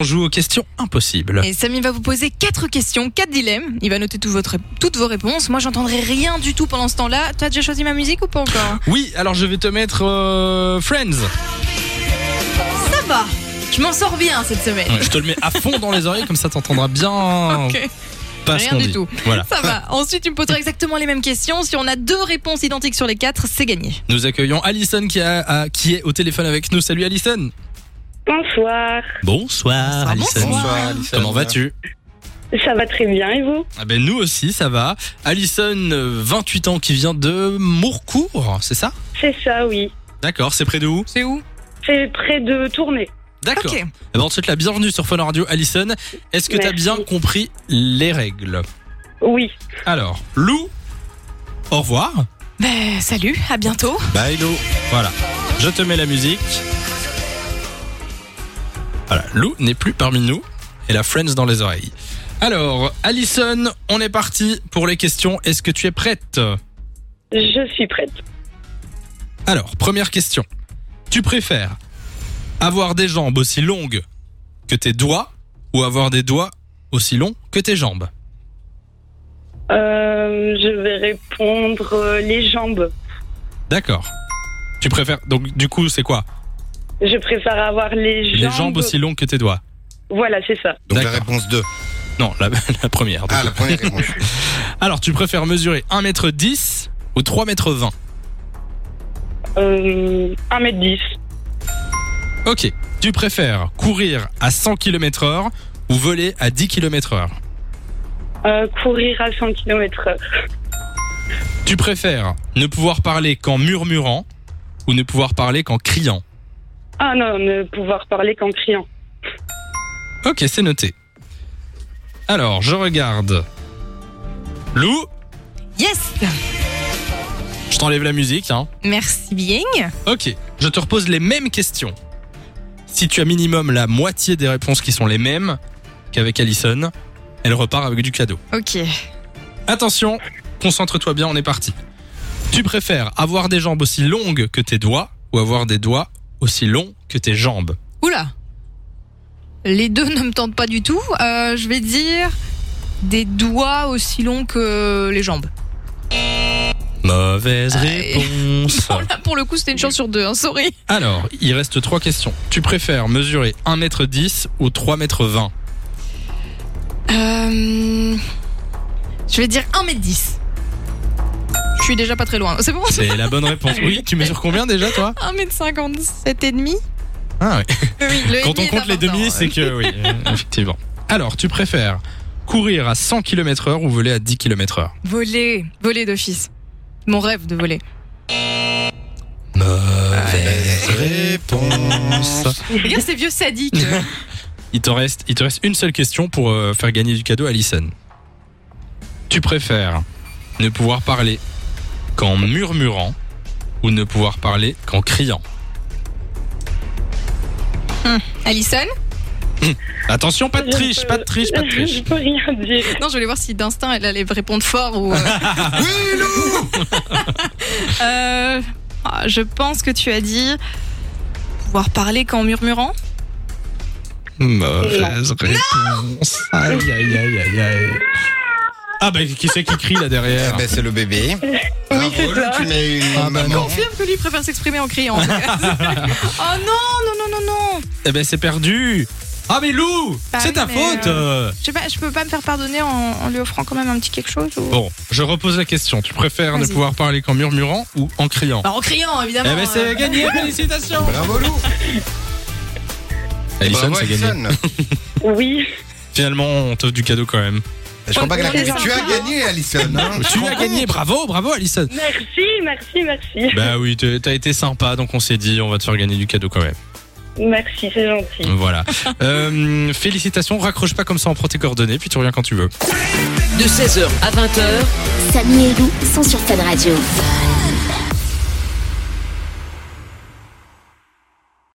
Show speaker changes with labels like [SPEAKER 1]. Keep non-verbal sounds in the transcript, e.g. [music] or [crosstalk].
[SPEAKER 1] On joue aux questions impossibles.
[SPEAKER 2] Et Samy va vous poser quatre questions, quatre dilemmes. Il va noter tout votre- toutes vos réponses. Moi, j'entendrai rien du tout pendant ce temps-là. Toi, as déjà choisi ma musique ou pas encore
[SPEAKER 1] Oui, alors je vais te mettre euh, Friends.
[SPEAKER 2] Ça va. Je m'en sors bien cette semaine.
[SPEAKER 1] Ouais, je te le mets à fond dans les oreilles, comme ça t'entendras bien
[SPEAKER 2] [laughs] Ok,
[SPEAKER 1] pas ce
[SPEAKER 2] rien
[SPEAKER 1] qu'on
[SPEAKER 2] du
[SPEAKER 1] dit.
[SPEAKER 2] tout.
[SPEAKER 1] Voilà.
[SPEAKER 2] Ça va. Ensuite, tu me poseras exactement les mêmes questions. Si on a deux réponses identiques sur les quatre, c'est gagné.
[SPEAKER 1] Nous accueillons Alison qui, a- a- qui est au téléphone avec nous. Salut Alison.
[SPEAKER 3] Bonsoir,
[SPEAKER 1] Bonsoir
[SPEAKER 2] Bonsoir, Alison. bonsoir.
[SPEAKER 1] Comment vas-tu
[SPEAKER 3] ça va très bien et vous
[SPEAKER 1] ah ben, Nous aussi, ça va. Alison, euh, 28 ans, qui vient de Mourcourt, c'est ça
[SPEAKER 3] C'est ça, oui.
[SPEAKER 1] D'accord, c'est près de où
[SPEAKER 2] C'est où
[SPEAKER 3] C'est près de tourner.
[SPEAKER 1] D'accord.
[SPEAKER 2] Ok.
[SPEAKER 1] Eh ben, on te souhaite la bienvenue sur Fun Radio, Alison. Est-ce que t'as
[SPEAKER 3] Merci.
[SPEAKER 1] bien compris les règles
[SPEAKER 3] Oui,
[SPEAKER 1] Alors, Lou, au revoir.
[SPEAKER 2] Ben, salut. À bientôt.
[SPEAKER 1] Bye Lou. Voilà. Je te mets la musique. Voilà, Lou n'est plus parmi nous et la Friends dans les oreilles. Alors, Alison, on est parti pour les questions. Est-ce que tu es prête
[SPEAKER 3] je suis prête.
[SPEAKER 1] Alors, première question. Tu préfères avoir des jambes aussi longues que tes doigts ou avoir des doigts aussi longs que tes jambes
[SPEAKER 3] Euh, je vais répondre euh, les jambes.
[SPEAKER 1] D'accord. Tu préfères donc du coup, c'est quoi
[SPEAKER 3] Je préfère avoir les jambes.
[SPEAKER 1] Les jambes aussi longues que tes doigts
[SPEAKER 3] Voilà, c'est ça.
[SPEAKER 4] Donc la
[SPEAKER 1] D'accord.
[SPEAKER 4] réponse 2.
[SPEAKER 1] Non, la, [laughs] la première. du
[SPEAKER 4] Ah,
[SPEAKER 1] coup.
[SPEAKER 4] la
[SPEAKER 1] [laughs]
[SPEAKER 4] première réponse.
[SPEAKER 1] Alors, tu préfères mesurer 1m10 ou 3m20
[SPEAKER 3] Euh, 1m10,
[SPEAKER 1] Ok. Tu préfères courir à 100 km/h ou voler à 10 km/h
[SPEAKER 3] euh, courir à 100 km heure.
[SPEAKER 1] Tu préfères ne pouvoir parler qu'en murmurant ou ne pouvoir parler qu'en criant
[SPEAKER 3] Ah non, ne pouvoir parler qu'en criant.
[SPEAKER 1] Ok, c'est noté. Alors, je regarde. Lou,
[SPEAKER 2] Yes.
[SPEAKER 1] je t'enlève la musique. Hein.
[SPEAKER 2] Merci bien.
[SPEAKER 1] Ok, je te repose les mêmes questions. Si tu as minimum la moitié des réponses qui sont les mêmes qu'avec Allison, elle repart avec du cadeau.
[SPEAKER 2] Ok.
[SPEAKER 1] Attention, concentre-toi bien, on est parti. Tu préfères avoir des jambes aussi longues que tes doigts ou avoir des doigts aussi longs que tes jambes
[SPEAKER 2] Oula. Les deux [laughs] ne me tentent pas du tout. Euh, je vais dire des doigts aussi longs que les jambes.
[SPEAKER 1] Mauvaise
[SPEAKER 2] Aïe.
[SPEAKER 1] réponse.
[SPEAKER 2] Oh là, pour le coup, c'était une chance sur deux, hein, sorry.
[SPEAKER 1] Alors, il reste trois questions. Tu préfères mesurer 1m10 ou 3m20
[SPEAKER 2] Euh, je vais dire 1m10. Je suis déjà pas très loin. C'est bon
[SPEAKER 1] C'est la bonne réponse. Oui, tu mesures combien déjà toi
[SPEAKER 2] 1m57 et demi
[SPEAKER 1] ah, oui.
[SPEAKER 2] Oui, le
[SPEAKER 1] Quand on
[SPEAKER 2] demi est
[SPEAKER 1] compte les
[SPEAKER 2] important.
[SPEAKER 1] demi, c'est que oui, [laughs] euh, effectivement. Alors, tu préfères courir à 100 km/h ou voler à 10 km/h
[SPEAKER 2] Voler, voler d'office. Mon rêve de voler.
[SPEAKER 1] Mauvaise réponse.
[SPEAKER 2] Regarde ces vieux sadiques.
[SPEAKER 1] [laughs] Il te reste, il te reste une seule question pour euh, faire gagner du cadeau à Alison. Tu préfères ne pouvoir parler qu'en murmurant ou ne pouvoir parler qu'en criant
[SPEAKER 2] Alison
[SPEAKER 1] Attention, pas de
[SPEAKER 3] Je
[SPEAKER 1] triche,
[SPEAKER 3] peux-
[SPEAKER 1] pas de triche,
[SPEAKER 3] [laughs]
[SPEAKER 1] pas de triche.
[SPEAKER 3] je peux rien dire.
[SPEAKER 2] Non, je voulais voir si d'instinct elle allait répondre
[SPEAKER 1] [laughs]
[SPEAKER 2] fort ou. euh, [laughs] Euh, ah, je pense que tu as dit pouvoir parler qu'en murmurant.
[SPEAKER 1] Mauvaise réponse. Aïe, aïe, aïe, aïe, aïe. Ah bah qui c'est qui crie là
[SPEAKER 4] Eh
[SPEAKER 1] derrière
[SPEAKER 4] ben, c'est le bébé. Bravo,
[SPEAKER 3] c'est ça.
[SPEAKER 4] tu n'as eu
[SPEAKER 1] Ah, bah,
[SPEAKER 4] maman.
[SPEAKER 2] Confirme que lui préfère s'exprimer en
[SPEAKER 1] [laughs]
[SPEAKER 2] criant. en tout cas. oh non, non, non, non, non.
[SPEAKER 1] Eh ben c'est perdu. Ah mais Lou,
[SPEAKER 2] Bah
[SPEAKER 1] c'est
[SPEAKER 2] oui,
[SPEAKER 1] ta
[SPEAKER 2] mais,
[SPEAKER 1] faute. euh.
[SPEAKER 2] Je sais pas, je peux pas me faire pardonner en, en lui offrant quand même un petit quelque chose ou...
[SPEAKER 1] Bon, je repose la question. Tu préfères ne
[SPEAKER 2] Vas-y.
[SPEAKER 1] pouvoir parler qu'en murmurant ou en criant
[SPEAKER 2] Bah, en criant, évidemment.
[SPEAKER 1] Eh ben
[SPEAKER 2] euh.
[SPEAKER 1] c'est gagné, félicitations.
[SPEAKER 4] Bravo Lou.
[SPEAKER 1] Alison,
[SPEAKER 4] Bravo,
[SPEAKER 1] c'est gagné.
[SPEAKER 4] Eh ben, Alison.
[SPEAKER 3] Oui,
[SPEAKER 1] Finalement, on t'offre du cadeau quand même.
[SPEAKER 4] Je crois pas que la
[SPEAKER 2] On est
[SPEAKER 4] Mais tu as
[SPEAKER 2] sympa.
[SPEAKER 4] gagné Alison. hein.
[SPEAKER 1] Tu as gagné, bravo, bravo Alison.
[SPEAKER 3] merci, merci, merci.
[SPEAKER 1] Bah oui, t'es- t'as été sympa, donc on s'est dit, on va te faire gagner du cadeau quand même. Bah.
[SPEAKER 3] Merci, c'est gentil.
[SPEAKER 1] Voilà. Euh, félicitations, raccroche pas comme ça, on prend tes coordonnées, puis tu reviens quand tu veux.
[SPEAKER 5] de 16h à 20h.
[SPEAKER 6] Samy et Lou sont sur Fan Radio.